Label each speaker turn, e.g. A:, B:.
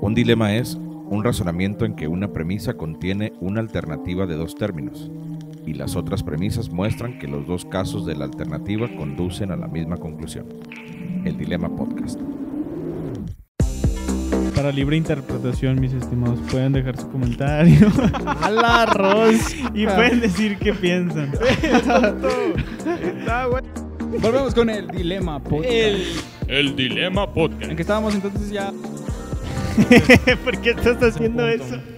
A: Un dilema es un razonamiento en que una premisa contiene una alternativa de dos términos y las otras premisas muestran que los dos casos de la alternativa conducen a la misma conclusión. El dilema podcast.
B: Para libre interpretación, mis estimados, pueden dejar su comentario
C: A la Rosca.
B: y pueden decir qué piensan.
C: Volvemos con el dilema podcast.
D: El Dilema Podcast.
C: En que estábamos entonces ya.
B: ¿Por qué estás haciendo eso?